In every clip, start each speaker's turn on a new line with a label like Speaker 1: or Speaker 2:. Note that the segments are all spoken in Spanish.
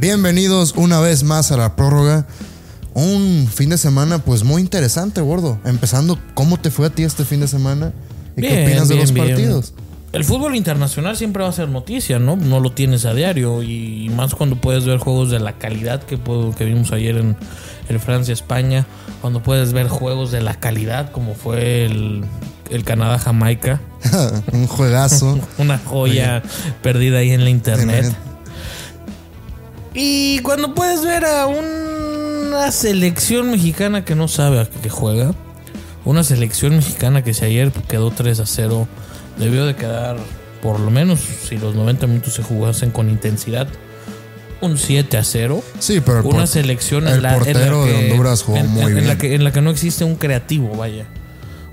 Speaker 1: Bienvenidos una vez más a la prórroga. Un fin de semana, pues muy interesante, gordo. Empezando, ¿cómo te fue a ti este fin de semana? ¿Y qué
Speaker 2: Bien,
Speaker 1: opinas de
Speaker 2: bien,
Speaker 1: los
Speaker 2: bien.
Speaker 1: partidos?
Speaker 2: El fútbol internacional siempre va a ser noticia, ¿no? No lo tienes a diario y más cuando puedes ver juegos de la calidad que, puedo- que vimos ayer en, en Francia, España, cuando puedes ver juegos de la calidad como fue el, el Canadá-Jamaica,
Speaker 1: Un juegazo.
Speaker 2: una joya perdida ahí en la internet. Y cuando puedes ver a una selección mexicana que no sabe a qué juega, una selección mexicana que si ayer quedó 3 a 0, debió de quedar, por lo menos, si los 90 minutos se jugasen con intensidad, un 7 a 0.
Speaker 1: Sí, pero el
Speaker 2: Una
Speaker 1: por-
Speaker 2: selección
Speaker 1: el portero de Honduras jugó
Speaker 2: en-
Speaker 1: muy
Speaker 2: en- en la
Speaker 1: bien.
Speaker 2: que- en la que no existe un creativo, vaya.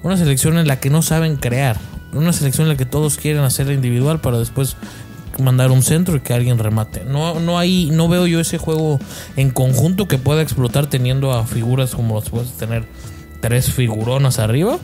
Speaker 2: Una selección en la que no saben crear. Una selección en la que todos quieren hacerla individual para después mandar un centro y que alguien remate. No, no hay, no veo yo ese juego en conjunto que pueda explotar teniendo a figuras como las puedes tener tres figuronas arriba.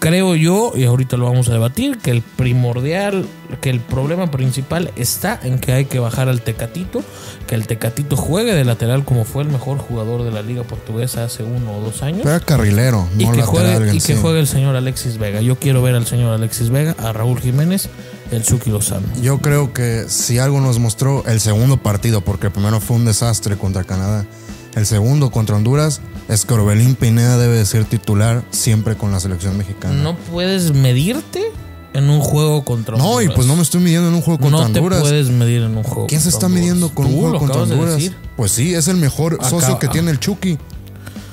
Speaker 2: Creo yo, y ahorita lo vamos a debatir, que el primordial, que el problema principal está en que hay que bajar al Tecatito, que el Tecatito juegue de lateral como fue el mejor jugador de la liga portuguesa hace uno o dos años
Speaker 1: Pero era carrilero,
Speaker 2: y,
Speaker 1: no
Speaker 2: que
Speaker 1: lateral.
Speaker 2: juegue, y
Speaker 1: en
Speaker 2: que
Speaker 1: sí.
Speaker 2: juegue el señor Alexis Vega. Yo quiero ver al señor Alexis Vega, a Raúl Jiménez, el Chucky Lozano.
Speaker 1: Yo creo que si algo nos mostró el segundo partido, porque el primero fue un desastre contra Canadá, el segundo contra Honduras, es que Orbelín Pineda debe de ser titular siempre con la selección mexicana.
Speaker 2: No puedes medirte en un juego contra
Speaker 1: No, y
Speaker 2: Honduras.
Speaker 1: pues no me estoy midiendo en un juego contra
Speaker 2: No te
Speaker 1: Honduras.
Speaker 2: puedes medir en un juego.
Speaker 1: ¿Quién se
Speaker 2: contra
Speaker 1: está
Speaker 2: Honduras.
Speaker 1: midiendo con un
Speaker 2: Tú
Speaker 1: juego
Speaker 2: lo
Speaker 1: contra
Speaker 2: acabas de
Speaker 1: Honduras?
Speaker 2: decir. ah.
Speaker 1: Pues sí, es el mejor
Speaker 2: Acaba-
Speaker 1: socio que tiene el Chucky.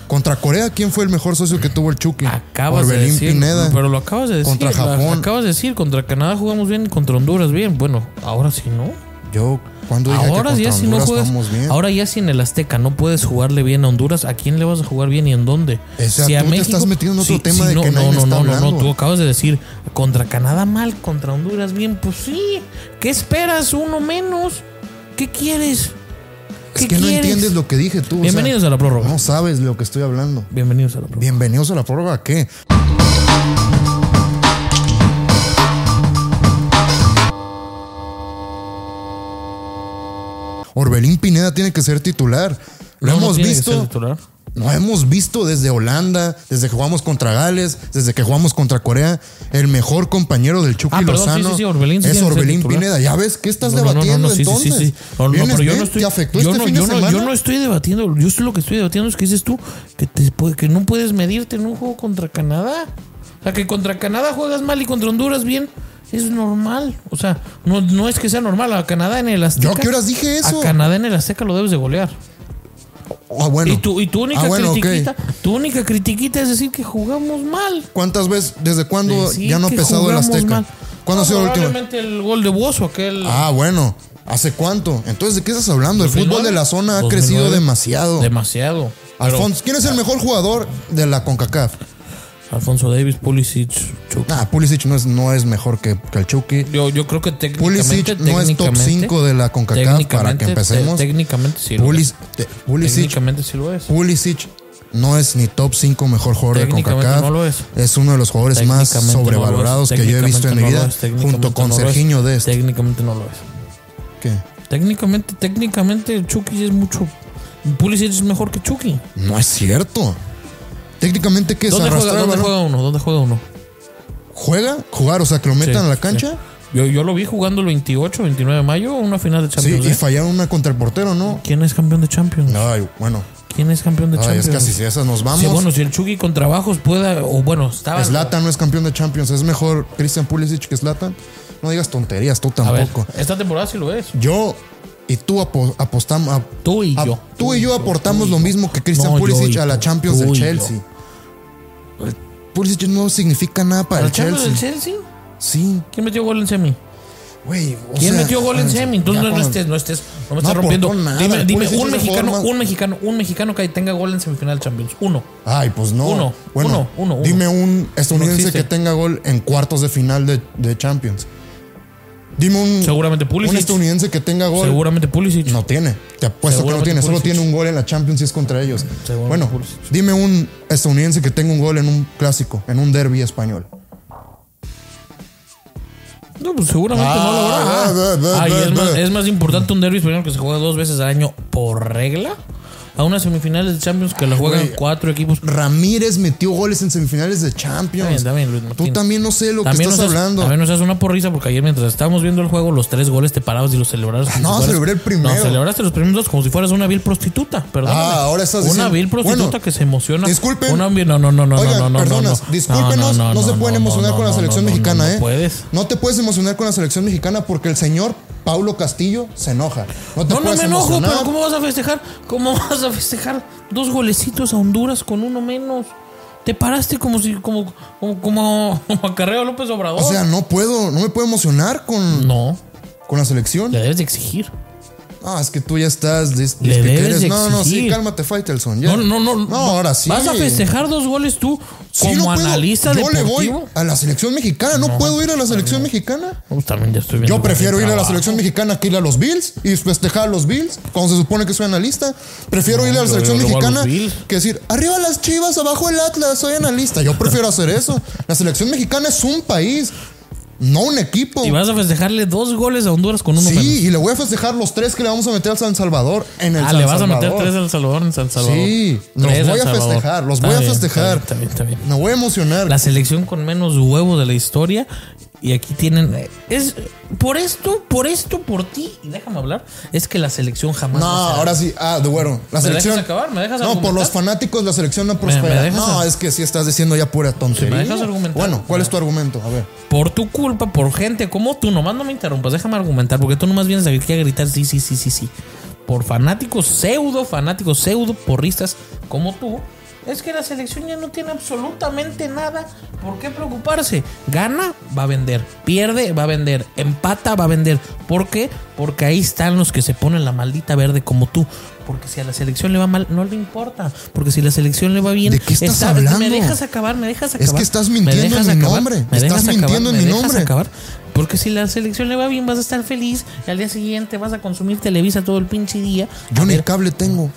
Speaker 1: Contra Corea, ¿quién fue el mejor socio que tuvo el Chucky?
Speaker 2: Acabas
Speaker 1: Orbelín
Speaker 2: de decir,
Speaker 1: Pineda.
Speaker 2: pero lo acabas de decir.
Speaker 1: Contra
Speaker 2: lo
Speaker 1: Japón.
Speaker 2: acabas de decir, contra Canadá jugamos bien y contra Honduras bien. Bueno, ahora sí no.
Speaker 1: Yo cuando dije
Speaker 2: Ahora
Speaker 1: que
Speaker 2: ya
Speaker 1: contra
Speaker 2: si no
Speaker 1: Honduras
Speaker 2: juegas,
Speaker 1: vamos bien.
Speaker 2: ahora ya si en el Azteca no puedes jugarle bien a Honduras, ¿a quién le vas a jugar bien y en dónde?
Speaker 1: O sea,
Speaker 2: si a
Speaker 1: tú te estás metiendo en otro tema de
Speaker 2: no,
Speaker 1: que nadie
Speaker 2: no, no,
Speaker 1: está
Speaker 2: no, no,
Speaker 1: hablando.
Speaker 2: no, tú acabas de decir contra Canadá mal, contra Honduras bien, pues sí. ¿Qué esperas? Uno menos. ¿Qué quieres?
Speaker 1: es
Speaker 2: ¿Qué
Speaker 1: que no
Speaker 2: quieres?
Speaker 1: entiendes lo que dije tú. o sea,
Speaker 2: Bienvenidos a la prórroga.
Speaker 1: No sabes lo que estoy hablando.
Speaker 2: Bienvenidos a la prórroga.
Speaker 1: Bienvenidos a la prórroga, ¿qué? Orbelín Pineda tiene que ser titular. Lo
Speaker 2: No, no
Speaker 1: hemos
Speaker 2: tiene que ser
Speaker 1: visto.
Speaker 2: titular.
Speaker 1: Lo hemos visto desde Holanda, desde que jugamos contra Gales, desde que jugamos contra Corea. El mejor compañero del Chucky
Speaker 2: Ah, perdón,
Speaker 1: Lozano
Speaker 2: sí, sí, sí, Orbelín sí
Speaker 1: es
Speaker 2: tiene que ser
Speaker 1: Orbelín
Speaker 2: titular.
Speaker 1: Pineda. ¿Ya ves qué estás
Speaker 2: No, no, no, no,
Speaker 1: debatiendo
Speaker 2: no, sí, sí, sí,
Speaker 1: entonces?
Speaker 2: sí. No, no,
Speaker 1: ¿Vienes
Speaker 2: pero yo
Speaker 1: bien?
Speaker 2: no estoy.
Speaker 1: ¿Te afectó
Speaker 2: yo
Speaker 1: este
Speaker 2: no,
Speaker 1: fin
Speaker 2: yo
Speaker 1: de
Speaker 2: no-
Speaker 1: semana?
Speaker 2: yo no estoy debatiendo. Yo sé lo que estoy debatiendo es que dices tú que, te puede- que no puedes medirte en un juego contra Canadá. O sea, que contra Canadá juegas mal y contra Honduras bien. Es normal. O sea, no, no es que sea normal. A Canadá en el Azteca.
Speaker 1: ¿Yo a qué horas dije
Speaker 2: A
Speaker 1: eso?
Speaker 2: Canadá en el Azteca lo debes de golear.
Speaker 1: Ah, bueno.
Speaker 2: Y tu, y tu única
Speaker 1: Ah, bueno, ok.
Speaker 2: critiquita, tu única critiquita es decir que jugamos mal.
Speaker 1: ¿Cuántas veces, desde cuándo
Speaker 2: Decir
Speaker 1: ya no ha
Speaker 2: Pues que
Speaker 1: pesado el
Speaker 2: jugamos
Speaker 1: Azteca?
Speaker 2: mal.
Speaker 1: ¿Cuándo
Speaker 2: No,
Speaker 1: ha sido el último?
Speaker 2: Probablemente el gol de Bozo, aquel.
Speaker 1: Ah, bueno. ¿Hace cuánto? Entonces, ¿de qué estás hablando? El
Speaker 2: 2009,
Speaker 1: fútbol de la zona ha
Speaker 2: 2009.
Speaker 1: crecido demasiado.
Speaker 2: Demasiado. Pero-
Speaker 1: Alfonso, ¿quién es el mejor jugador de la CONCACAF?
Speaker 2: Alfonso Davis, Pulisic, Chuck.
Speaker 1: Nah, Ah, Pulisic no es, no es mejor que, que el Chucky.
Speaker 2: Yo, yo creo que técnicamente.
Speaker 1: Pulisic no es top
Speaker 2: técnicamente-
Speaker 1: 5 de la CONCACAF para que
Speaker 2: técnicamente,
Speaker 1: empecemos.
Speaker 2: te- técnicamente sí lo
Speaker 1: Pulis-
Speaker 2: es.
Speaker 1: te- Pulisic,
Speaker 2: Técnicamente sí lo es.
Speaker 1: Pulisic no es ni top 5 mejor jugador de
Speaker 2: Técnicamente
Speaker 1: CONCACAF.
Speaker 2: no lo es.
Speaker 1: uno de los jugadores más
Speaker 2: Técnicamente no lo es,
Speaker 1: sobrevalorados que yo he visto en mi
Speaker 2: técnicamente no
Speaker 1: vida,
Speaker 2: lo es, técnicamente
Speaker 1: junto con
Speaker 2: no lo es,
Speaker 1: Serginho de este.
Speaker 2: Técnicamente no lo es.
Speaker 1: ¿Qué?
Speaker 2: Técnicamente, técnicamente el Chucky es mucho. Pulisic es mejor que Chucky.
Speaker 1: No es cierto. Técnicamente, ¿qué es
Speaker 2: ¿Dónde,
Speaker 1: arrastrar
Speaker 2: juega,
Speaker 1: el
Speaker 2: dónde
Speaker 1: balón?
Speaker 2: juega uno? ¿Dónde juega uno?
Speaker 1: ¿Juega? ¿Jugar? O sea, que lo metan
Speaker 2: Sí,
Speaker 1: a la
Speaker 2: sí.
Speaker 1: cancha.
Speaker 2: Yo, yo lo vi jugando el 28, 29 de mayo, una final de
Speaker 1: Sí,
Speaker 2: Champions.
Speaker 1: y
Speaker 2: ¿eh?
Speaker 1: fallaron una contra el portero, ¿no?
Speaker 2: ¿Quién es campeón de Champions?
Speaker 1: Ay, bueno.
Speaker 2: ¿Quién es campeón de
Speaker 1: Ay,
Speaker 2: Champions?
Speaker 1: es casi si esas nos vamos.
Speaker 2: Sí, bueno, si el Chucky con trabajos pueda, o bueno, estaba.
Speaker 1: Zlatan no es campeón de Champions. Es mejor Christian Pulisic que Zlatan. No digas tonterías, tú
Speaker 2: A ver,
Speaker 1: tampoco.
Speaker 2: esta temporada sí lo es.
Speaker 1: Yo y tú apo- apostamos. a-
Speaker 2: Tú y
Speaker 1: a-
Speaker 2: yo.
Speaker 1: Tú y yo aportamos lo mismo que Christian
Speaker 2: No, yo
Speaker 1: Pulisic
Speaker 2: y
Speaker 1: a la
Speaker 2: tú.
Speaker 1: Champions
Speaker 2: Tú
Speaker 1: del
Speaker 2: y yo.
Speaker 1: Chelsea. El Pulisic no significa nada para el
Speaker 2: ¿El Champions
Speaker 1: Chelsea.
Speaker 2: del Chelsea?
Speaker 1: Sí,
Speaker 2: ¿Quién metió gol en semi?
Speaker 1: güey. o
Speaker 2: ¿Quién
Speaker 1: sea,
Speaker 2: metió gol
Speaker 1: ah,
Speaker 2: en este- semi? Entonces
Speaker 1: ya
Speaker 2: no, no
Speaker 1: cuando-
Speaker 2: estés, no estés, no me
Speaker 1: No
Speaker 2: estás
Speaker 1: aportó
Speaker 2: rompiendo.
Speaker 1: nada.
Speaker 2: Dime,
Speaker 1: El
Speaker 2: dime
Speaker 1: Pulisic
Speaker 2: un
Speaker 1: es el jugador
Speaker 2: mexicano,
Speaker 1: más-
Speaker 2: un mexicano, un mexicano que tenga gol en semifinal de Champions. Uno.
Speaker 1: Ay, pues no.
Speaker 2: Uno,
Speaker 1: bueno,
Speaker 2: uno, uno, uno.
Speaker 1: Dime un estadounidense
Speaker 2: existe.
Speaker 1: que tenga gol en cuartos de final de, de Champions. Dime un.
Speaker 2: Seguramente Pulisic.
Speaker 1: Un estadounidense que tenga gol.
Speaker 2: Seguramente Pulisic.
Speaker 1: No tiene. Te apuesto que no
Speaker 2: Seguramente
Speaker 1: tiene. Solo
Speaker 2: Pulisic.
Speaker 1: tiene un gol en la Champions y es contra ellos.
Speaker 2: Seguramente
Speaker 1: Bueno,
Speaker 2: Pulisic.
Speaker 1: dime un estadounidense que tenga un gol en un clásico, en un derby español.
Speaker 2: No, pues seguramente no lo habrá.
Speaker 1: Ah, da, da,
Speaker 2: Ay,
Speaker 1: da,
Speaker 2: es,
Speaker 1: da.
Speaker 2: más, es más importante un derby español que se juega dos veces al año por regla a unas semifinales de Champions que la juegan
Speaker 1: güey.
Speaker 2: cuatro equipos.
Speaker 1: Ramírez metió goles en semifinales de Champions.
Speaker 2: Está bien, está bien, Luis
Speaker 1: Tú
Speaker 2: Martín.
Speaker 1: también no sé lo que
Speaker 2: También
Speaker 1: estás
Speaker 2: no seas-
Speaker 1: hablando.
Speaker 2: También no seas una porrisa porque ayer mientras estábamos viendo el juego, los tres goles te parabas y los celebrabas. como
Speaker 1: Ah, No,
Speaker 2: si fueras-
Speaker 1: celebré el primero.
Speaker 2: No, celebraste los primeros dos como si fueras una vil prostituta, perdón.
Speaker 1: Ah, ahora estás
Speaker 2: Una
Speaker 1: diciendo-
Speaker 2: vil prostituta
Speaker 1: Bueno,
Speaker 2: que se emociona.
Speaker 1: disculpen.
Speaker 2: Una vil- no, no, no, no,
Speaker 1: Oigan,
Speaker 2: no, no, no,
Speaker 1: personas,
Speaker 2: no, no,
Speaker 1: discúlpenos, no, se pueden emocionar
Speaker 2: no,
Speaker 1: con la
Speaker 2: no,
Speaker 1: selección
Speaker 2: no, no,
Speaker 1: mexicana,
Speaker 2: no
Speaker 1: ¿eh?
Speaker 2: puedes.
Speaker 1: No te puedes emocionar con la selección mexicana porque el señor Paulo Castillo se enoja. No te
Speaker 2: No, no
Speaker 1: puedes
Speaker 2: me enojo,
Speaker 1: emocionar.
Speaker 2: pero ¿cómo vas a festejar? ¿Cómo vas a festejar dos golecitos a Honduras con uno menos? Te paraste como si, como, como, como, como acarreo a López Obrador.
Speaker 1: O sea, no puedo, no me puedo emocionar con,
Speaker 2: no,
Speaker 1: con la selección.
Speaker 2: le debes de exigir.
Speaker 1: Ah, es que tú ya estás. dis-
Speaker 2: Le
Speaker 1: dis- que
Speaker 2: debes
Speaker 1: eres-
Speaker 2: de
Speaker 1: No, no, sí,
Speaker 2: exigir.
Speaker 1: cálmate, Faitelson. ya.
Speaker 2: No, no, no.
Speaker 1: No, ahora sí.
Speaker 2: Vas a festejar dos goles tú
Speaker 1: Sí,
Speaker 2: como
Speaker 1: no puedo.
Speaker 2: analista
Speaker 1: Yo le voy
Speaker 2: deportivo.
Speaker 1: a la selección mexicana. No, puedo ir a la selección mexicana.
Speaker 2: Pues también ya estoy viendo
Speaker 1: Yo prefiero
Speaker 2: por
Speaker 1: ir
Speaker 2: qué
Speaker 1: a la
Speaker 2: trabajo.
Speaker 1: selección mexicana que ir a los Bills y festejar a los Bills cuando se supone que soy analista. Prefiero ir a la
Speaker 2: yo-
Speaker 1: selección
Speaker 2: yo voy a los
Speaker 1: mexicana
Speaker 2: Bills.
Speaker 1: que decir arriba las chivas, abajo el Atlas, soy analista. Yo prefiero hacer eso. La selección mexicana es un país, no un equipo.
Speaker 2: Y vas a festejarle dos goles a Honduras con uno menos.
Speaker 1: Sí, y le voy a festejar los tres que le vamos a meter al San Salvador en el
Speaker 2: Ah,
Speaker 1: San
Speaker 2: le vas a meter
Speaker 1: Salvador.
Speaker 2: tres al Salvador en San Salvador.
Speaker 1: Sí, los
Speaker 2: Tres
Speaker 1: voy
Speaker 2: al
Speaker 1: a
Speaker 2: Salvador.
Speaker 1: festejar, los
Speaker 2: Está
Speaker 1: voy a
Speaker 2: bien, está
Speaker 1: festejar.
Speaker 2: bien, Está bien, está bien.
Speaker 1: Me voy a emocionar.
Speaker 2: La selección con menos huevo de la historia. Y aquí tienen. eh, Es por esto, por esto, por ti. Y déjame hablar. Es que la selección jamás.
Speaker 1: No,
Speaker 2: va a ser-
Speaker 1: ahora sí. Ah, de bueno. La
Speaker 2: Pues ¿Me dejas
Speaker 1: selección.
Speaker 2: acabar? ¿Me dejas
Speaker 1: no, por
Speaker 2: argumentar?
Speaker 1: los fanáticos la selección no
Speaker 2: me
Speaker 1: prospera.
Speaker 2: dejas
Speaker 1: no,
Speaker 2: a-
Speaker 1: es que sí estás diciendo ya pura tontería.
Speaker 2: dejas argumentar?
Speaker 1: Bueno, ¿cuál es tu argumento? A ver.
Speaker 2: Por tu culpa, por gente como tú, nomás no me interrumpas, déjame argumentar, porque tú nomás vienes aquí a gritar sí, sí, sí, sí, sí. Por fanáticos, pseudo fanáticos, pseudo porristas como tú, es que la selección ya no tiene absolutamente nada por qué preocuparse. Gana, va a vender. Pierde, va a vender. Empata, va a vender. ¿Por qué? Porque ahí están los que se ponen la maldita verde como tú. Porque si a la selección le va mal, no le importa. Porque si la selección le va bien,
Speaker 1: ¿De qué estás
Speaker 2: está-
Speaker 1: hablando?
Speaker 2: Me dejas acabar, me dejas
Speaker 1: que
Speaker 2: acabar.
Speaker 1: estás
Speaker 2: ¿Me
Speaker 1: mintiendo en
Speaker 2: dejas
Speaker 1: mi
Speaker 2: acabar?
Speaker 1: nombre.
Speaker 2: ¿Me
Speaker 1: Estás
Speaker 2: dejas
Speaker 1: mintiendo
Speaker 2: acabar?
Speaker 1: en mi
Speaker 2: ¿Me dejas
Speaker 1: nombre.
Speaker 2: acabar? Porque si la selección le va bien, vas a estar feliz. Y al día siguiente vas a consumir Televisa todo el pinche día.
Speaker 1: Yo
Speaker 2: A
Speaker 1: ni
Speaker 2: ver,
Speaker 1: cable tengo.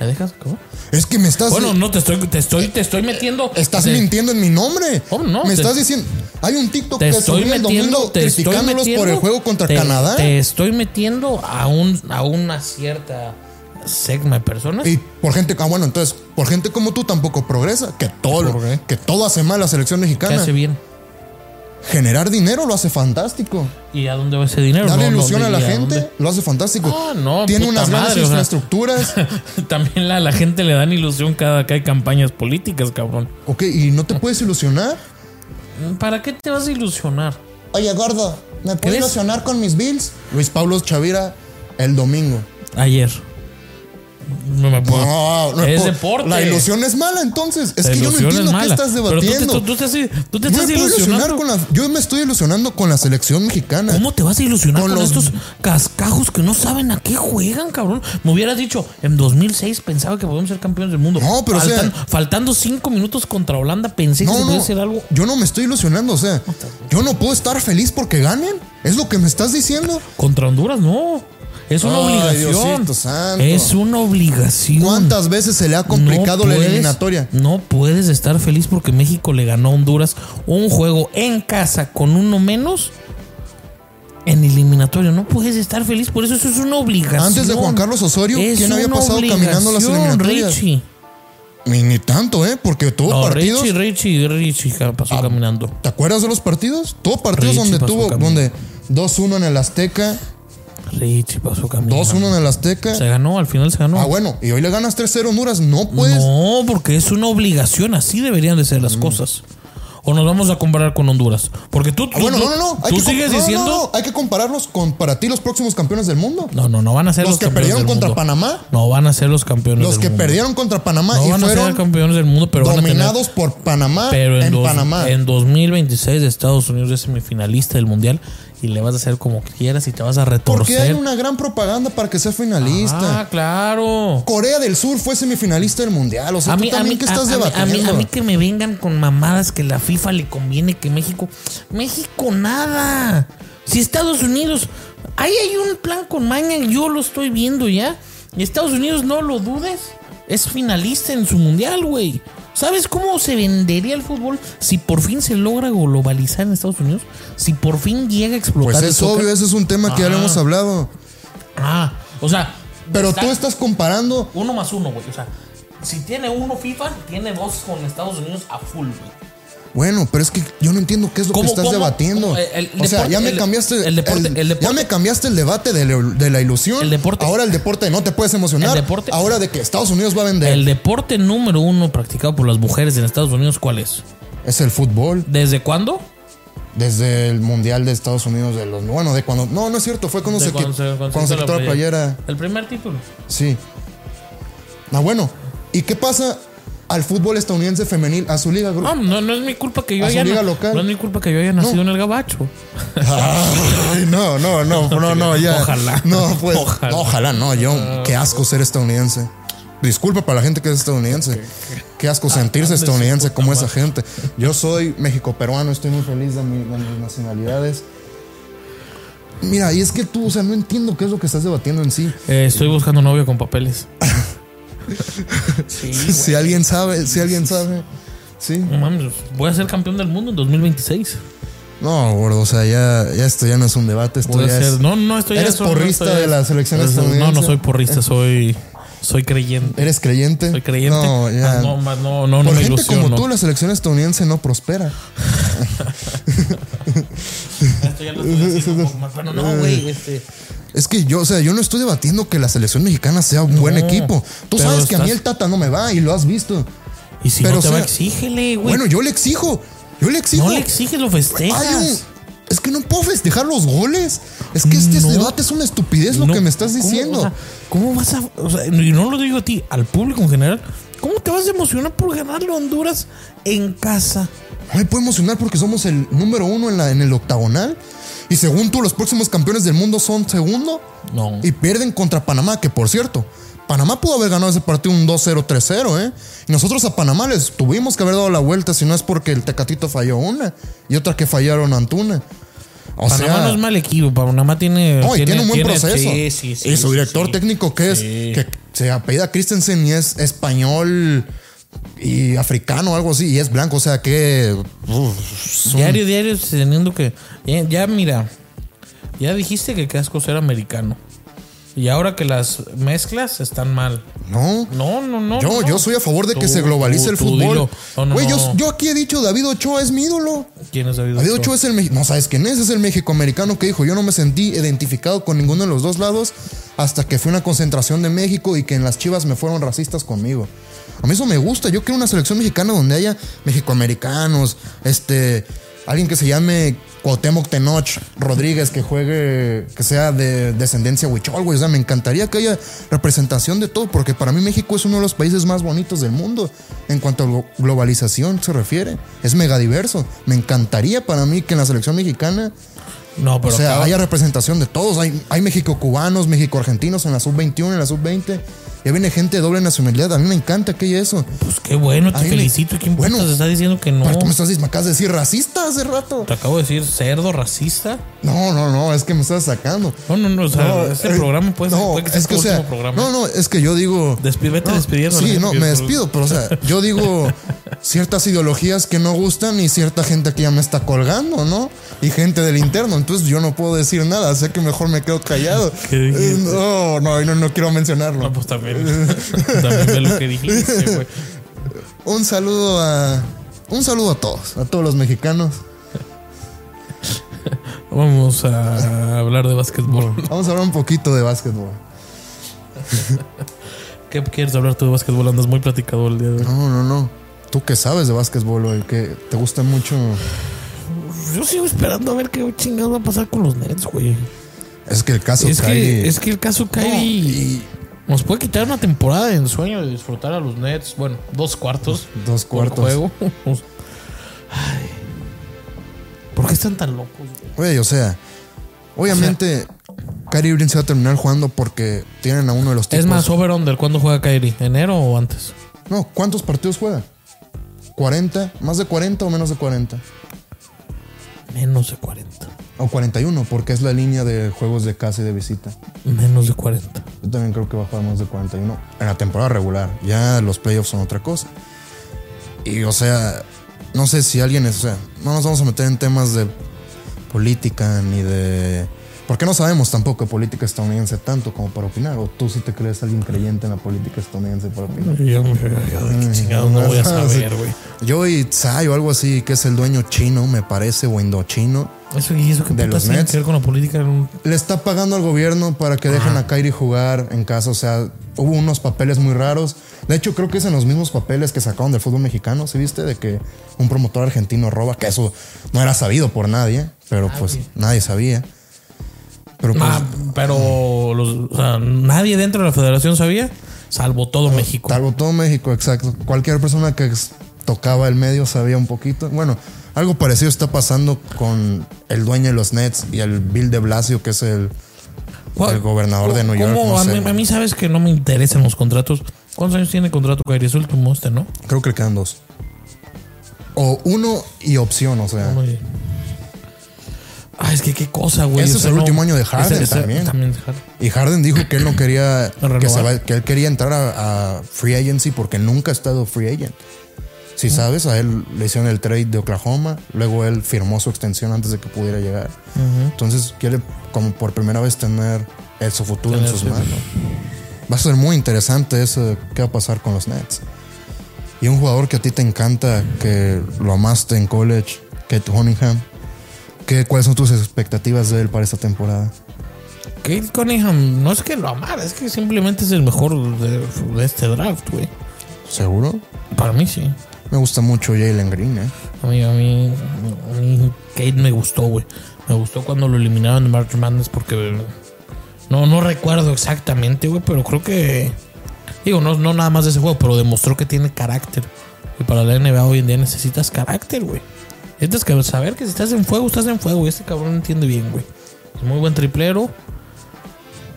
Speaker 2: ¿Me dejas acabar?
Speaker 1: Es que me estás.
Speaker 2: Bueno, no, te estoy, te estoy, te estoy metiendo.
Speaker 1: Estás
Speaker 2: te-
Speaker 1: mintiendo en mi nombre.
Speaker 2: ¿Cómo no?
Speaker 1: Me
Speaker 2: Te-
Speaker 1: estás diciendo. Hay un TikTok
Speaker 2: Te
Speaker 1: que subí
Speaker 2: estoy
Speaker 1: el
Speaker 2: metiendo,
Speaker 1: domingo
Speaker 2: te estoy
Speaker 1: criticándolos
Speaker 2: metiendo.
Speaker 1: por el juego contra
Speaker 2: te-
Speaker 1: Canadá.
Speaker 2: Te estoy metiendo a, un, a una cierta segma de personas.
Speaker 1: Y por gente, ah, bueno, entonces, por gente como tú tampoco progresa, que todo,
Speaker 2: ¿Por qué?
Speaker 1: que todo hace mal la selección
Speaker 2: que
Speaker 1: mexicana.
Speaker 2: hace bien.
Speaker 1: Generar dinero lo hace fantástico.
Speaker 2: ¿Y a dónde va ese dinero?
Speaker 1: Darle
Speaker 2: No,
Speaker 1: ilusión
Speaker 2: ¿dónde
Speaker 1: a la
Speaker 2: y
Speaker 1: gente
Speaker 2: dónde?
Speaker 1: lo hace fantástico.
Speaker 2: Ah, no,
Speaker 1: Tiene
Speaker 2: puta
Speaker 1: unas grandes
Speaker 2: madre, o sea.
Speaker 1: infraestructuras.
Speaker 2: También la, la gente le dan ilusión cada que hay campañas políticas, cabrón.
Speaker 1: ok, y no te puedes ilusionar.
Speaker 2: ¿Para qué te vas a ilusionar?
Speaker 1: Oye, gordo, ¿me puedo
Speaker 2: ¿Crees?
Speaker 1: ilusionar con mis bills? Luis Pablo Chavira, el domingo.
Speaker 2: Ayer. No me puedo.
Speaker 1: No, no
Speaker 2: es
Speaker 1: puedo.
Speaker 2: deporte.
Speaker 1: La ilusión es mala, entonces. Es
Speaker 2: La
Speaker 1: que yo no
Speaker 2: ilusión
Speaker 1: entiendo
Speaker 2: es
Speaker 1: qué
Speaker 2: mala.
Speaker 1: estás
Speaker 2: Pero tú te-
Speaker 1: debatiendo.
Speaker 2: tú, tú te, estás- tú te
Speaker 1: No me
Speaker 2: estás
Speaker 1: puedo ilusionar
Speaker 2: ilusionando.
Speaker 1: con la- Yo me estoy ilusionando con la selección mexicana.
Speaker 2: ¿Cómo te vas a ilusionar
Speaker 1: con
Speaker 2: con,
Speaker 1: los-
Speaker 2: estos cascajos que no saben a qué juegan, cabrón? Me hubieras dicho, en 2006 pensaba que podíamos ser campeones del mundo.
Speaker 1: No, pero, o sea-
Speaker 2: Faltan- Faltando cinco minutos contra Holanda, pensé que se
Speaker 1: No,
Speaker 2: podía
Speaker 1: no.
Speaker 2: hacer algo.
Speaker 1: Yo no me estoy ilusionando, o sea, yo no puedo estar feliz porque ganen. Es lo que me estás diciendo.
Speaker 2: Contra Honduras, no. Es una
Speaker 1: Ay,
Speaker 2: obligación.
Speaker 1: Diosito santo.
Speaker 2: Es una obligación.
Speaker 1: ¿Cuántas veces se le ha complicado
Speaker 2: No
Speaker 1: la
Speaker 2: puedes-
Speaker 1: eliminatoria?
Speaker 2: No puedes estar feliz porque México le ganó a Honduras un juego en casa con uno menos en eliminatoria. No puedes estar feliz, por eso eso es una obligación.
Speaker 1: Antes de Juan Carlos Osorio,
Speaker 2: Es
Speaker 1: ¿quién había
Speaker 2: una
Speaker 1: pasado caminando las
Speaker 2: obligación,
Speaker 1: eliminatorias?
Speaker 2: Richie.
Speaker 1: Ni, ni tanto, ¿eh? Porque tuvo
Speaker 2: No,
Speaker 1: partidos. Ah.
Speaker 2: Richie, Richie, Richie ca- pasó caminando.
Speaker 1: ¿Te acuerdas de los partidos? Tuvo partidos
Speaker 2: Richie
Speaker 1: donde
Speaker 2: pasó
Speaker 1: tuvo
Speaker 2: camino.
Speaker 1: donde 2-1 en el Azteca,
Speaker 2: Richie pasó caminando.
Speaker 1: 2-1 en el Azteca.
Speaker 2: Se ganó, al final se ganó.
Speaker 1: Ah, pues. bueno, y hoy le ganas 3-0 a Honduras. No puedes.
Speaker 2: No, porque es una obligación, así deberían de ser las
Speaker 1: Mm.
Speaker 2: cosas. O nos vamos a comparar con Honduras. Porque tú,
Speaker 1: Ah,
Speaker 2: tú-
Speaker 1: bueno,
Speaker 2: tú-
Speaker 1: no, no, no. Hay
Speaker 2: tú
Speaker 1: que com-
Speaker 2: sigues
Speaker 1: no, no,
Speaker 2: diciendo...
Speaker 1: no, hay que compararlos con para ti los próximos campeones del mundo.
Speaker 2: No, no, no van a ser
Speaker 1: Los
Speaker 2: los,
Speaker 1: que
Speaker 2: campeones
Speaker 1: perdieron
Speaker 2: del
Speaker 1: contra
Speaker 2: mundo.
Speaker 1: Panamá.
Speaker 2: No van a ser los campeones
Speaker 1: Los
Speaker 2: del
Speaker 1: que
Speaker 2: mundo.
Speaker 1: perdieron contra Panamá
Speaker 2: no
Speaker 1: y
Speaker 2: van a ser
Speaker 1: fueron
Speaker 2: campeones del mundo, pero van a tener.
Speaker 1: dominados por Panamá
Speaker 2: Pero en,
Speaker 1: en
Speaker 2: dos-
Speaker 1: Panamá.
Speaker 2: en 2026 Estados Unidos es semifinalista del mundial y le vas a hacer como quieras y te vas a
Speaker 1: Porque hay
Speaker 2: retorcer.
Speaker 1: una gran propaganda para que sea finalista.
Speaker 2: Ah, claro.
Speaker 1: Corea del Sur fue semifinalista del mundial. O sea,
Speaker 2: A
Speaker 1: tú
Speaker 2: mí, a,
Speaker 1: también
Speaker 2: mí,
Speaker 1: que
Speaker 2: a-
Speaker 1: estás
Speaker 2: a mí- a mí-
Speaker 1: debatiendo.
Speaker 2: a mí que me vengan con mamadas que la FIFA le conviene que México. México nada. Si Estados Unidos. Ahí hay un plan con maña, yo lo estoy viendo ya. Y Estados Unidos, no lo dudes, es finalista en su mundial, güey. ¿Sabes cómo se vendería el fútbol si por fin se logra globalizar en Estados Unidos? Si por fin llega a explotar.
Speaker 1: Pues
Speaker 2: el
Speaker 1: es
Speaker 2: soccer.
Speaker 1: obvio, ese es un tema que ya lo
Speaker 2: Ajá.
Speaker 1: hemos hablado.
Speaker 2: Ah, o sea.
Speaker 1: Pero
Speaker 2: está
Speaker 1: tú estás comparando.
Speaker 2: Uno más uno, güey. O sea, si tiene uno FIFA, tiene dos con Estados Unidos a full, güey.
Speaker 1: Bueno, pero es que yo no entiendo qué es lo que
Speaker 2: ¿Cómo-
Speaker 1: estás
Speaker 2: cómo-
Speaker 1: debatiendo.
Speaker 2: cómo- el- el
Speaker 1: o sea,
Speaker 2: deporte-
Speaker 1: ya me
Speaker 2: el-
Speaker 1: cambiaste
Speaker 2: el deporte- el
Speaker 1: ya
Speaker 2: deporte-
Speaker 1: me cambiaste el debate de, la- de la ilusión.
Speaker 2: El deporte.
Speaker 1: Ahora el deporte no te puedes emocionar.
Speaker 2: El deporte-
Speaker 1: Ahora de que Estados Unidos va a vender
Speaker 2: El deporte número uno practicado por las mujeres en Estados Unidos, ¿cuál es?
Speaker 1: es el fútbol
Speaker 2: ¿Desde cuándo?
Speaker 1: desde el mundial de Estados Unidos de los bueno de cuando no no es cierto fue cuando
Speaker 2: De
Speaker 1: se qui- cuando se quitó la playera.
Speaker 2: El primer título.
Speaker 1: Sí. Ah, bueno. ¿Y qué pasa al fútbol estadounidense femenil, a su liga?
Speaker 2: No,
Speaker 1: gru-
Speaker 2: no, no es mi culpa que yo
Speaker 1: A su
Speaker 2: haya.
Speaker 1: liga local.
Speaker 2: No es mi culpa que yo haya nacido en el gabacho.
Speaker 1: Ay, no, no, no, no, no, ya.
Speaker 2: Ojalá.
Speaker 1: No, pues. no, Ojalá.
Speaker 2: Ojalá.
Speaker 1: no, yo. Qué asco ser estadounidense. Disculpa para la gente que es estadounidense. Qué
Speaker 2: Ah,
Speaker 1: asco sentirse estadounidense como esa gente. Yo soy México-peruano, estoy muy feliz de, mi- de mis nacionalidades. Mira, y es que tú, o sea, no entiendo qué es lo que estás debatiendo en sí.
Speaker 2: Eh, estoy buscando novio con papeles. sí, güey.
Speaker 1: Si alguien sabe, si alguien sabe. Sí.
Speaker 2: No mames, voy a ser campeón del mundo en 2026.
Speaker 1: No, gordo, o sea, ya, ya esto ya no es un debate, esto
Speaker 2: Voy a
Speaker 1: ya
Speaker 2: ser-
Speaker 1: es-
Speaker 2: No, no estoy.
Speaker 1: ¿Eres
Speaker 2: eso no
Speaker 1: porrista
Speaker 2: estoy-
Speaker 1: de la selección
Speaker 2: eso- No,
Speaker 1: estadounidense? Eh.
Speaker 2: no soy porrista, soy, soy creyente.
Speaker 1: ¿Eres creyente?
Speaker 2: Soy creyente.
Speaker 1: No, ya.
Speaker 2: Mas No, mas no, no, no
Speaker 1: Por
Speaker 2: me
Speaker 1: gente
Speaker 2: ilusiono.
Speaker 1: como tú, la selección estadounidense no prospera.
Speaker 2: Esto ya lo estoy diciendo un poco más, pero
Speaker 1: Eh.
Speaker 2: no, güey, este,
Speaker 1: Es que yo, o sea, yo no estoy debatiendo que la selección mexicana sea un buen equipo. Tú
Speaker 2: pero
Speaker 1: sabes que a mí
Speaker 2: estás-
Speaker 1: el Tata no me va y lo has visto.
Speaker 2: Y si
Speaker 1: Pero,
Speaker 2: no te
Speaker 1: o
Speaker 2: va,
Speaker 1: sea,
Speaker 2: exígele, güey.
Speaker 1: Bueno, yo le exijo. Yo le exijo.
Speaker 2: no le exiges, lo festejas.
Speaker 1: Hay un- Es que no puedo festejar los goles. Es que este
Speaker 2: No.
Speaker 1: debate es una estupidez lo
Speaker 2: No,
Speaker 1: que me estás
Speaker 2: ¿cómo?
Speaker 1: diciendo.
Speaker 2: O sea, ¿Cómo, vas a.? O sea, y no lo digo a ti, al público en general. ¿Cómo te vas a emocionar por ganarle a Honduras en casa?
Speaker 1: No me puedo emocionar porque somos el número uno en, la, en el octagonal. Y según tú, los próximos campeones del mundo son segundo.
Speaker 2: No.
Speaker 1: Y pierden contra Panamá, que por cierto, Panamá pudo haber ganado ese partido un 2-0, 3-0, ¿eh? Y nosotros a Panamá les tuvimos que haber dado la vuelta, si no es porque el Tecatito falló una y otra que fallaron Antuna. O
Speaker 2: Panamá
Speaker 1: sea,
Speaker 2: no es mal equipo, Panamá tiene.
Speaker 1: no, y tiene, un buen
Speaker 2: tiene-
Speaker 1: proceso.
Speaker 2: sí, sí, sí,
Speaker 1: y su
Speaker 2: sí,
Speaker 1: director
Speaker 2: sí.
Speaker 1: técnico que es,
Speaker 2: Sí.
Speaker 1: que se apellida Christensen y es español y africano, algo así, y es blanco, o sea que... uf, es un-
Speaker 2: Diario, diario, teniendo que. Ya, ya, mira. Ya dijiste que Cascos era americano. Y ahora que las mezclas están mal.
Speaker 1: no,
Speaker 2: No, no, no.
Speaker 1: Yo,
Speaker 2: no.
Speaker 1: yo soy a favor de que
Speaker 2: Tú-
Speaker 1: se globalice
Speaker 2: tú-
Speaker 1: el
Speaker 2: tú
Speaker 1: fútbol.
Speaker 2: dilo. No, no,
Speaker 1: Güey, yo,
Speaker 2: no.
Speaker 1: yo aquí he dicho David Ochoa es mi ídolo.
Speaker 2: ¿Quién es David
Speaker 1: David
Speaker 2: Ochoa?
Speaker 1: Ochoa es el México. No sabes quién es, es el México americano que dijo: Yo no me sentí identificado con ninguno de los dos lados hasta que fue una concentración de México y que en las chivas me fueron racistas conmigo. A mí eso me gusta. Yo quiero una selección mexicana donde haya mexicoamericanos, este, alguien que se llame Cuauhtémoc Tenoch Rodríguez, que juegue, que sea de descendencia huichol, güey. O sea, me encantaría que haya representación de todo, porque para mí México es uno de los países más bonitos del mundo en cuanto a glo- globalización se refiere. Es megadiverso. Me encantaría para mí que en la selección mexicana
Speaker 2: No, pero.
Speaker 1: o sea,
Speaker 2: acaba-
Speaker 1: haya representación de todos. Hay, hay mexico-cubanos, mexico-argentinos en la sub-21, en la sub-20. Ya viene gente de doble nacionalidad. A mí me encanta que haya eso.
Speaker 2: Pues qué bueno,
Speaker 1: Ay,
Speaker 2: te
Speaker 1: le-
Speaker 2: felicito. ¿Quién
Speaker 1: bueno,
Speaker 2: putas te está diciendo que no?
Speaker 1: Pero tú me estás diciendo, me acabas de decir racista hace rato.
Speaker 2: Te acabo de decir cerdo, racista.
Speaker 1: No, no, no, es que me estás sacando.
Speaker 2: No, no, no. O sea, este
Speaker 1: eh,
Speaker 2: programa puede,
Speaker 1: no,
Speaker 2: puede que sea
Speaker 1: es que,
Speaker 2: tu
Speaker 1: o sea,
Speaker 2: último programa.
Speaker 1: No, no, es que yo digo.
Speaker 2: Despi- vete despidiendo,
Speaker 1: Sí,
Speaker 2: ¿no?
Speaker 1: no, me despido, pero o sea, yo digo ciertas ideologías que no gustan y cierta gente que ya me está colgando, ¿no? Y gente del interno, entonces yo no puedo decir nada, sé que mejor me quedo callado.
Speaker 2: ¿Qué dijiste?
Speaker 1: Eh, no, no, no, no quiero mencionarlo.
Speaker 2: No, pues también. también ve lo que dijiste, güey.
Speaker 1: Un saludo a. Un saludo a todos, a todos los mexicanos.
Speaker 2: Vamos a hablar de básquetbol.
Speaker 1: Vamos a hablar un poquito de básquetbol.
Speaker 2: ¿Qué quieres hablar tú de básquetbol? Andas muy platicado el día de hoy.
Speaker 1: No, no, no. Tú que sabes de básquetbol, güey, que te gusta mucho.
Speaker 2: Yo sigo esperando a ver qué chingados va a pasar con los Nets, güey.
Speaker 1: Es que el caso
Speaker 2: Es
Speaker 1: Kyrie-
Speaker 2: que, es que el caso Kyrie
Speaker 1: y-
Speaker 2: nos puede quitar una temporada de ensueño de disfrutar a los Nets. Bueno, dos cuartos.
Speaker 1: Dos
Speaker 2: por
Speaker 1: cuartos.
Speaker 2: Juego. Ay. ¿Por qué están tan locos? güey?
Speaker 1: Güey, o sea, obviamente Kyrie Irving se va a terminar jugando porque tienen a uno de los tipos.
Speaker 2: Es más, over-under, ¿cuándo juega Kyrie? ¿Enero o antes?
Speaker 1: No, ¿cuántos partidos juega? ¿40? ¿Más de 40 o menos de 40?
Speaker 2: Menos de 40.
Speaker 1: O 41, porque es la línea de juegos de casa y de visita.
Speaker 2: Menos de 40.
Speaker 1: Yo también creo que va a jugar más de 41 en la temporada regular. Ya los playoffs son otra cosa. Y o sea, no sé si alguien es, o sea, no nos vamos a meter en temas de política ni de... Porque no sabemos tampoco de política estadounidense tanto como para opinar. O tú si te crees alguien creyente en la política estadounidense para opinar.
Speaker 2: Yo, yo- yo de qué chingados no voy a saber, güey.
Speaker 1: Yo y Tsai o algo así, que es el dueño chino, me parece, o indochino.
Speaker 2: Eso, ¿Y eso que
Speaker 1: De los
Speaker 2: putas tiene
Speaker 1: Nets.
Speaker 2: que ver con la política? No-
Speaker 1: le está pagando al gobierno para que dejen a Kyrie jugar en casa. O sea, hubo unos papeles muy raros. De hecho, creo que es en los mismos papeles que sacaron del fútbol mexicano, ¿sí viste? De que un promotor argentino roba, que eso no era sabido por nadie, pero pues nadie sabía. Pero pues,
Speaker 2: Ah, pero los- o sea, nadie dentro de la federación sabía, salvo todo México.
Speaker 1: Salvo todo México, exacto. Cualquier persona que ex- tocaba el medio sabía un poquito. Bueno, algo parecido está pasando con el dueño de los Nets y el Bill de Blasio, que es el,
Speaker 2: ¿Cuál-
Speaker 1: el gobernador de
Speaker 2: cómo-
Speaker 1: Nueva York.
Speaker 2: cómo?
Speaker 1: no
Speaker 2: a,
Speaker 1: sé.
Speaker 2: mí, a mí sabes que no me interesan los contratos. ¿Cuántos años tiene contrato Kyrie? Es el último este, ¿no?
Speaker 1: Creo que le quedan dos. O uno y opción, o sea.
Speaker 2: Oye. Ah, es que qué cosa, güey.
Speaker 1: Ese es el último año de Harden
Speaker 2: Ese- ese-
Speaker 1: también.
Speaker 2: de Harden.
Speaker 1: Y Harden dijo que él no quería
Speaker 2: Renovar.
Speaker 1: que, se va- que él quería entrar a, a free agency porque nunca ha estado free agent. Si
Speaker 2: Mm.
Speaker 1: sabes, a él le hicieron el trade de Oklahoma, luego él firmó su extensión antes de que pudiera llegar. Entonces quiere como por primera vez tener el- su futuro en
Speaker 2: Tener
Speaker 1: sus
Speaker 2: su-
Speaker 1: manos. Va a ser muy interesante eso de qué va a pasar con los Nets. Y un jugador que a ti te encanta, que lo amaste en college, Kate Cunningham. ¿Qué, ¿Cuáles son tus expectativas de él para esta temporada?
Speaker 2: Kate Cunningham, no es que lo amara, es que simplemente es el mejor de, de este draft, güey.
Speaker 1: ¿Seguro?
Speaker 2: Para mí sí.
Speaker 1: Me gusta mucho Jalen Green, ¿eh?
Speaker 2: A mí, a mí, a mí Kate me gustó, güey. Me gustó cuando lo eliminaron de March Madness porque no, no recuerdo exactamente, güey, pero creo que. Digo, no, no nada más de ese juego, pero demostró que tiene carácter. Y para la NBA hoy en día necesitas carácter, güey. Necesitas que saber que si estás en fuego, estás en fuego. Y este cabrón entiende bien, güey. Es muy buen triplero.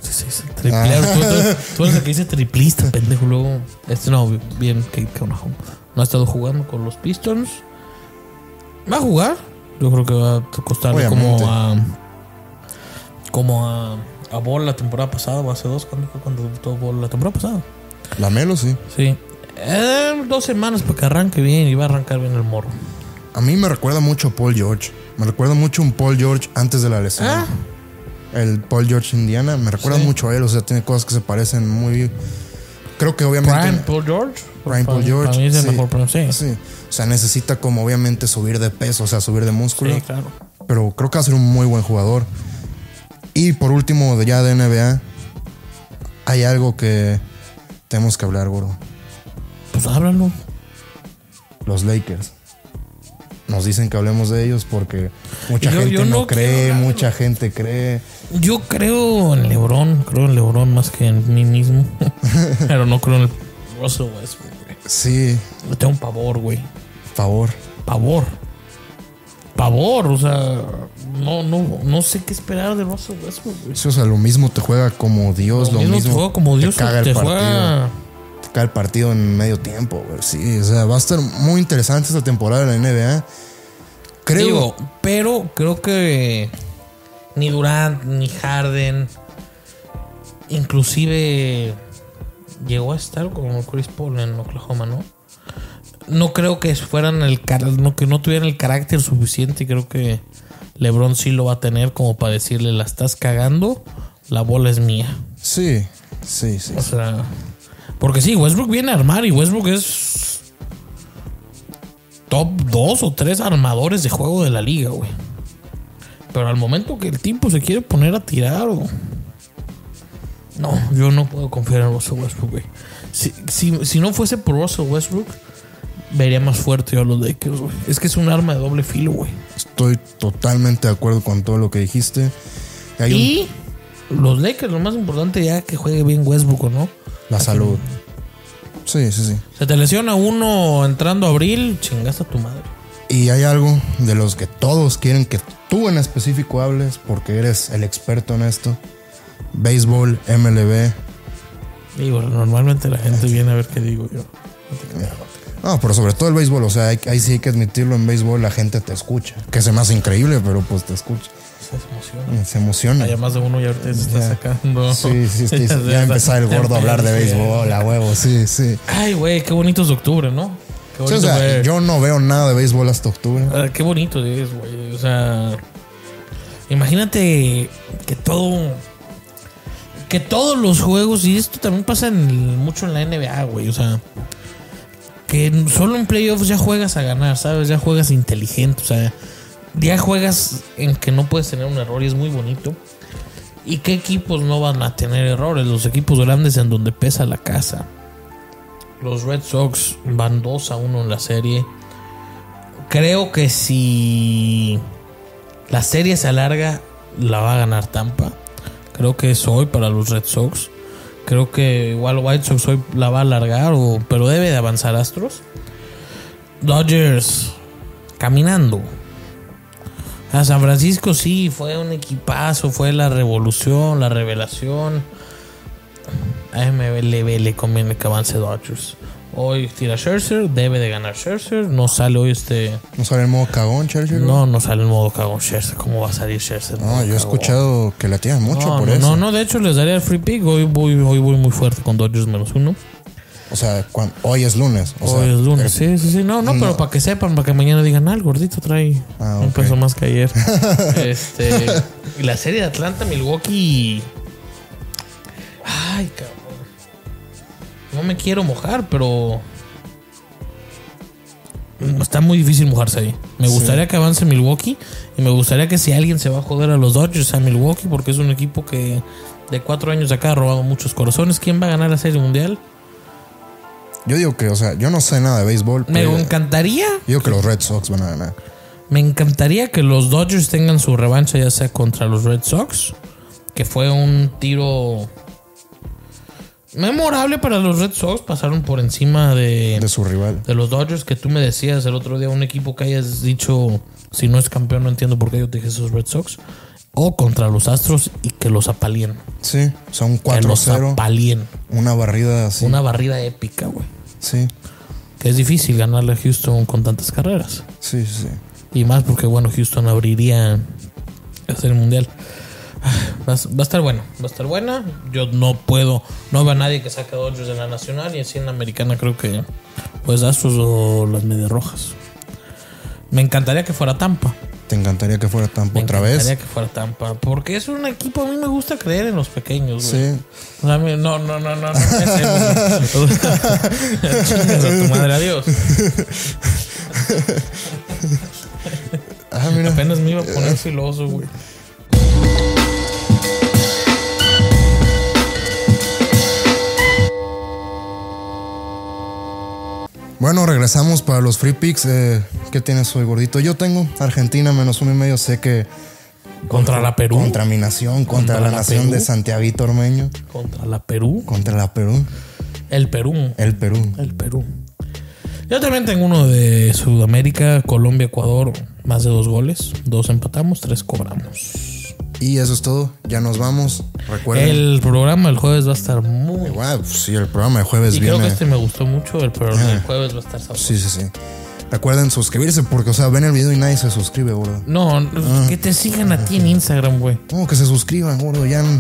Speaker 2: Sí, sí, sí, triplero. Tú, tú- tú eres el que dice triplista, pendejo. Luego, este no, bien, Kate Cunningham. No ha estado jugando con los Pistons. ¿Va a jugar? Yo creo que va a costarle
Speaker 1: Obviamente.
Speaker 2: como a. Como a. A Ball la temporada pasada, o hace dos, cuando fue cuando debutó Ball la temporada pasada.
Speaker 1: La Melo, sí.
Speaker 2: Sí. Eh, dos semanas para que arranque bien y va a arrancar bien el morro.
Speaker 1: A mí me recuerda mucho a Paul George. Me recuerda mucho a un Paul George antes de la lesión.
Speaker 2: Ah.
Speaker 1: El Paul George Indiana. Me recuerda
Speaker 2: Sí.
Speaker 1: mucho a él. O sea, tiene cosas que se parecen muy... Creo que obviamente...
Speaker 2: Prime Paul George.
Speaker 1: Prime
Speaker 2: Para
Speaker 1: Paul
Speaker 2: mí-
Speaker 1: George.
Speaker 2: Para mí es el
Speaker 1: sí.
Speaker 2: mejor Prime, sí. Sí,
Speaker 1: Sí. O sea, necesita como obviamente subir de peso, o sea, subir de músculo.
Speaker 2: claro.
Speaker 1: Pero creo que va a ser un muy buen jugador. Y por último, de- ya de NBA, hay algo que tenemos que hablar, gordo.
Speaker 2: Pues háblalo.
Speaker 1: Los Lakers. Nos dicen que hablemos de ellos porque mucha
Speaker 2: Yo-
Speaker 1: gente
Speaker 2: yo
Speaker 1: no,
Speaker 2: no quiero
Speaker 1: cree,
Speaker 2: hablar.
Speaker 1: mucha gente cree.
Speaker 2: Yo creo en LeBron. Creo en LeBron más que en mí mismo. Pero no creo en el Russell Westbrook, güey.
Speaker 1: Sí,
Speaker 2: Le tengo un pavor, güey.
Speaker 1: favor.
Speaker 2: pavor. Pavor, o sea, no, no, no sé qué esperar de Russell Westbrook. güey.
Speaker 1: Sí, o sea, lo mismo te juega como Dios, lo, mismo.
Speaker 2: te juega como Dios
Speaker 1: te caga el
Speaker 2: te
Speaker 1: partido.
Speaker 2: juega.
Speaker 1: Te caga el partido en medio tiempo, güey. Sí, o sea, va a estar muy interesante esta temporada de la NBA. Creo.
Speaker 2: Digo, pero creo que ni Durant, ni Harden, inclusive llegó a estar con Chris Paul en Oklahoma, ¿no? No creo que fueran el car- no, que no tuvieran el carácter suficiente. Creo que LeBron sí lo va a tener como para decirle la estás cagando, la bola es mía.
Speaker 1: sí, sí, sí.
Speaker 2: O sea, porque sí, Westbrook viene a armar y Westbrook es top 2 o 3 armadores de juego de la liga, güey. Pero al momento que el tipo se quiere poner a tirar, o- no, yo no puedo confiar en Russell Westbrook, güey. Si, si- si no fuese por Russell Westbrook, vería más fuerte yo a los Lakers, güey. Es que es un arma de doble filo, güey.
Speaker 1: Estoy totalmente de acuerdo con todo lo que dijiste. Hay un-
Speaker 2: Y los Lakers, lo más importante ya que juegue bien Westbrook, ¿o ¿no?
Speaker 1: la salud. Sí, sí, sí.
Speaker 2: Se te lesiona uno entrando a abril, chingaste a tu madre.
Speaker 1: Y hay algo de los que todos quieren que tú en específico hables, porque eres el experto en esto. Béisbol, MLB.
Speaker 2: Digo, normalmente la gente viene a ver qué digo yo.
Speaker 1: No, pero sobre todo el béisbol. O sea, hay- ahí sí hay que admitirlo. En béisbol la gente te escucha. Que se me hace increíble, pero pues te escucha.
Speaker 2: Se emociona.
Speaker 1: Se emociona.
Speaker 2: Hay más de uno y ahorita se está
Speaker 1: Ya.
Speaker 2: sacando.
Speaker 1: Sí, sí, sí.
Speaker 2: Ya
Speaker 1: Ya,
Speaker 2: está-
Speaker 1: empezó el
Speaker 2: ya
Speaker 1: gordo a hablar de
Speaker 2: empecé.
Speaker 1: béisbol, a huevo. Sí, sí.
Speaker 2: Ay, güey, qué bonito es de octubre, ¿no? Qué
Speaker 1: Sí, o
Speaker 2: bonito,
Speaker 1: sea,
Speaker 2: güey.
Speaker 1: yo no veo nada de béisbol hasta octubre.
Speaker 2: Ah, qué bonito es, güey. O sea, imagínate que todo. Que todos los juegos, y esto también pasa en el- mucho en la NBA, güey. O sea, que solo en playoffs ya juegas a ganar, ¿sabes? Ya juegas inteligente, o sea, ya juegas en que no puedes tener un error y es muy bonito. ¿Y qué equipos no van a tener errores? Los equipos grandes en donde pesa la casa. Los Red Sox van 2 a 1 en la serie. Creo que si la serie se alarga, la va a ganar Tampa. Creo que es hoy para los Red Sox. Creo que igual White Sox hoy la va a alargar, o- pero debe de avanzar Astros. Dodgers caminando. A San Francisco sí, fue un equipazo, fue la revolución, la revelación. A MLB le conviene que avance Dodgers. Hoy tira Scherzer, debe de ganar Scherzer. No sale hoy este.
Speaker 1: No sale el modo cagón, Churchill.
Speaker 2: No, no sale el modo cagón Scherzer. ¿Cómo va a salir Scherzer?
Speaker 1: No, yo he
Speaker 2: Cagón.
Speaker 1: escuchado que la tiran mucho
Speaker 2: No,
Speaker 1: por
Speaker 2: no,
Speaker 1: eso.
Speaker 2: no, no, de hecho les daría el free pick. Hoy voy, hoy voy muy fuerte con Dodgers menos uno.
Speaker 1: O sea, cuan- hoy es lunes. o
Speaker 2: hoy
Speaker 1: sea, eh,
Speaker 2: es lunes. Sí, sí, sí. No, no, pero para que sepan, para que mañana digan, ah, el gordito trae
Speaker 1: Ah,
Speaker 2: un
Speaker 1: ok.
Speaker 2: peso más que ayer. este, y la serie de Atlanta, Milwaukee. Ay, cabrón. No me quiero mojar, pero. Está muy difícil mojarse ahí. Me gustaría que avance Milwaukee. Y me gustaría que si alguien se va a joder a los Dodgers, a Milwaukee, porque es un equipo que de cuatro años acá ha robado muchos corazones. ¿Quién va a ganar la serie mundial?
Speaker 1: Yo digo que, o sea, yo no sé nada de béisbol,
Speaker 2: Me
Speaker 1: pero yo
Speaker 2: encantaría
Speaker 1: digo que los Red Sox van a ganar.
Speaker 2: Me encantaría que los Dodgers tengan su revancha, ya sea contra los Red Sox, que fue un tiro memorable para los Red Sox. Pasaron por encima de,
Speaker 1: De su rival.
Speaker 2: de los Dodgers, que tú me decías el otro día, un equipo que hayas dicho, si no es campeón, no entiendo por qué yo te dije esos Red Sox. O contra los Astros y que los apalien.
Speaker 1: Sí, son
Speaker 2: Que los
Speaker 1: 4-0.
Speaker 2: apalien.
Speaker 1: Una barrida así.
Speaker 2: Una barrida épica, güey.
Speaker 1: Sí,
Speaker 2: Que es difícil ganarle a Houston con tantas carreras.
Speaker 1: sí, sí.
Speaker 2: Y más porque, bueno, Houston abriría la serie mundial. Va a, va a estar bueno, va a estar buena. Yo no puedo, no veo a nadie que saque a Dodgers en la nacional y así en la americana creo que pues Astros o las medias rojas. Me encantaría que fuera Tampa.
Speaker 1: Te encantaría que fuera Tampa
Speaker 2: Me
Speaker 1: otra
Speaker 2: encantaría
Speaker 1: vez.
Speaker 2: que fuera Tampa. Porque es un equipo, a mí me gusta creer en los pequeños. güey.
Speaker 1: Sí.
Speaker 2: O sea, a mí- no, no, no, no, no. no, Chingas a tu madre, adiós.
Speaker 1: Ah, mira.
Speaker 2: Apenas me iba a poner filoso, güey.
Speaker 1: Bueno, regresamos para los free picks. Eh, ¿Qué tienes hoy, gordito? Yo tengo Argentina menos uno y medio. Sé que
Speaker 2: Contra la Perú.
Speaker 1: contra mi nación, contra,
Speaker 2: Contra
Speaker 1: la,
Speaker 2: la
Speaker 1: nación
Speaker 2: Perú.
Speaker 1: de Santiaguito Ormeño,
Speaker 2: Contra la Perú.
Speaker 1: contra la Perú,
Speaker 2: El Perú.
Speaker 1: el Perú.
Speaker 2: El Perú. Yo también tengo uno de Sudamérica, Colombia, Ecuador. Más de dos goles. Dos empatamos, tres cobramos.
Speaker 1: Y eso es todo. Ya nos vamos. Recuerden.
Speaker 2: El programa el jueves va a estar muy...
Speaker 1: Igual, pues, sí, el programa de jueves
Speaker 2: Y creo que
Speaker 1: viene. Ah.
Speaker 2: este me gustó mucho. El programa del jueves va a estar sabroso.
Speaker 1: Sí, sí, sí. Recuerden suscribirse porque, o sea, ven el video y nadie se suscribe, gordo.
Speaker 2: No,
Speaker 1: Ah.
Speaker 2: que te sigan a ti en Instagram, güey.
Speaker 1: No, que se suscriban, gordo. Ya n-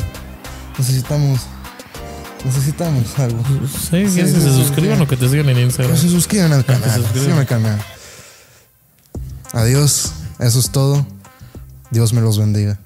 Speaker 1: necesitamos. Necesitamos algo.
Speaker 2: Sí,
Speaker 1: Sí,
Speaker 2: que
Speaker 1: sí,
Speaker 2: se
Speaker 1: sí,
Speaker 2: suscriban
Speaker 1: sí.
Speaker 2: o que te sigan en Instagram.
Speaker 1: Que se suscriban al canal.
Speaker 2: suscriban.
Speaker 1: Suscriban al canal. Adiós. Eso es todo. Dios me los bendiga.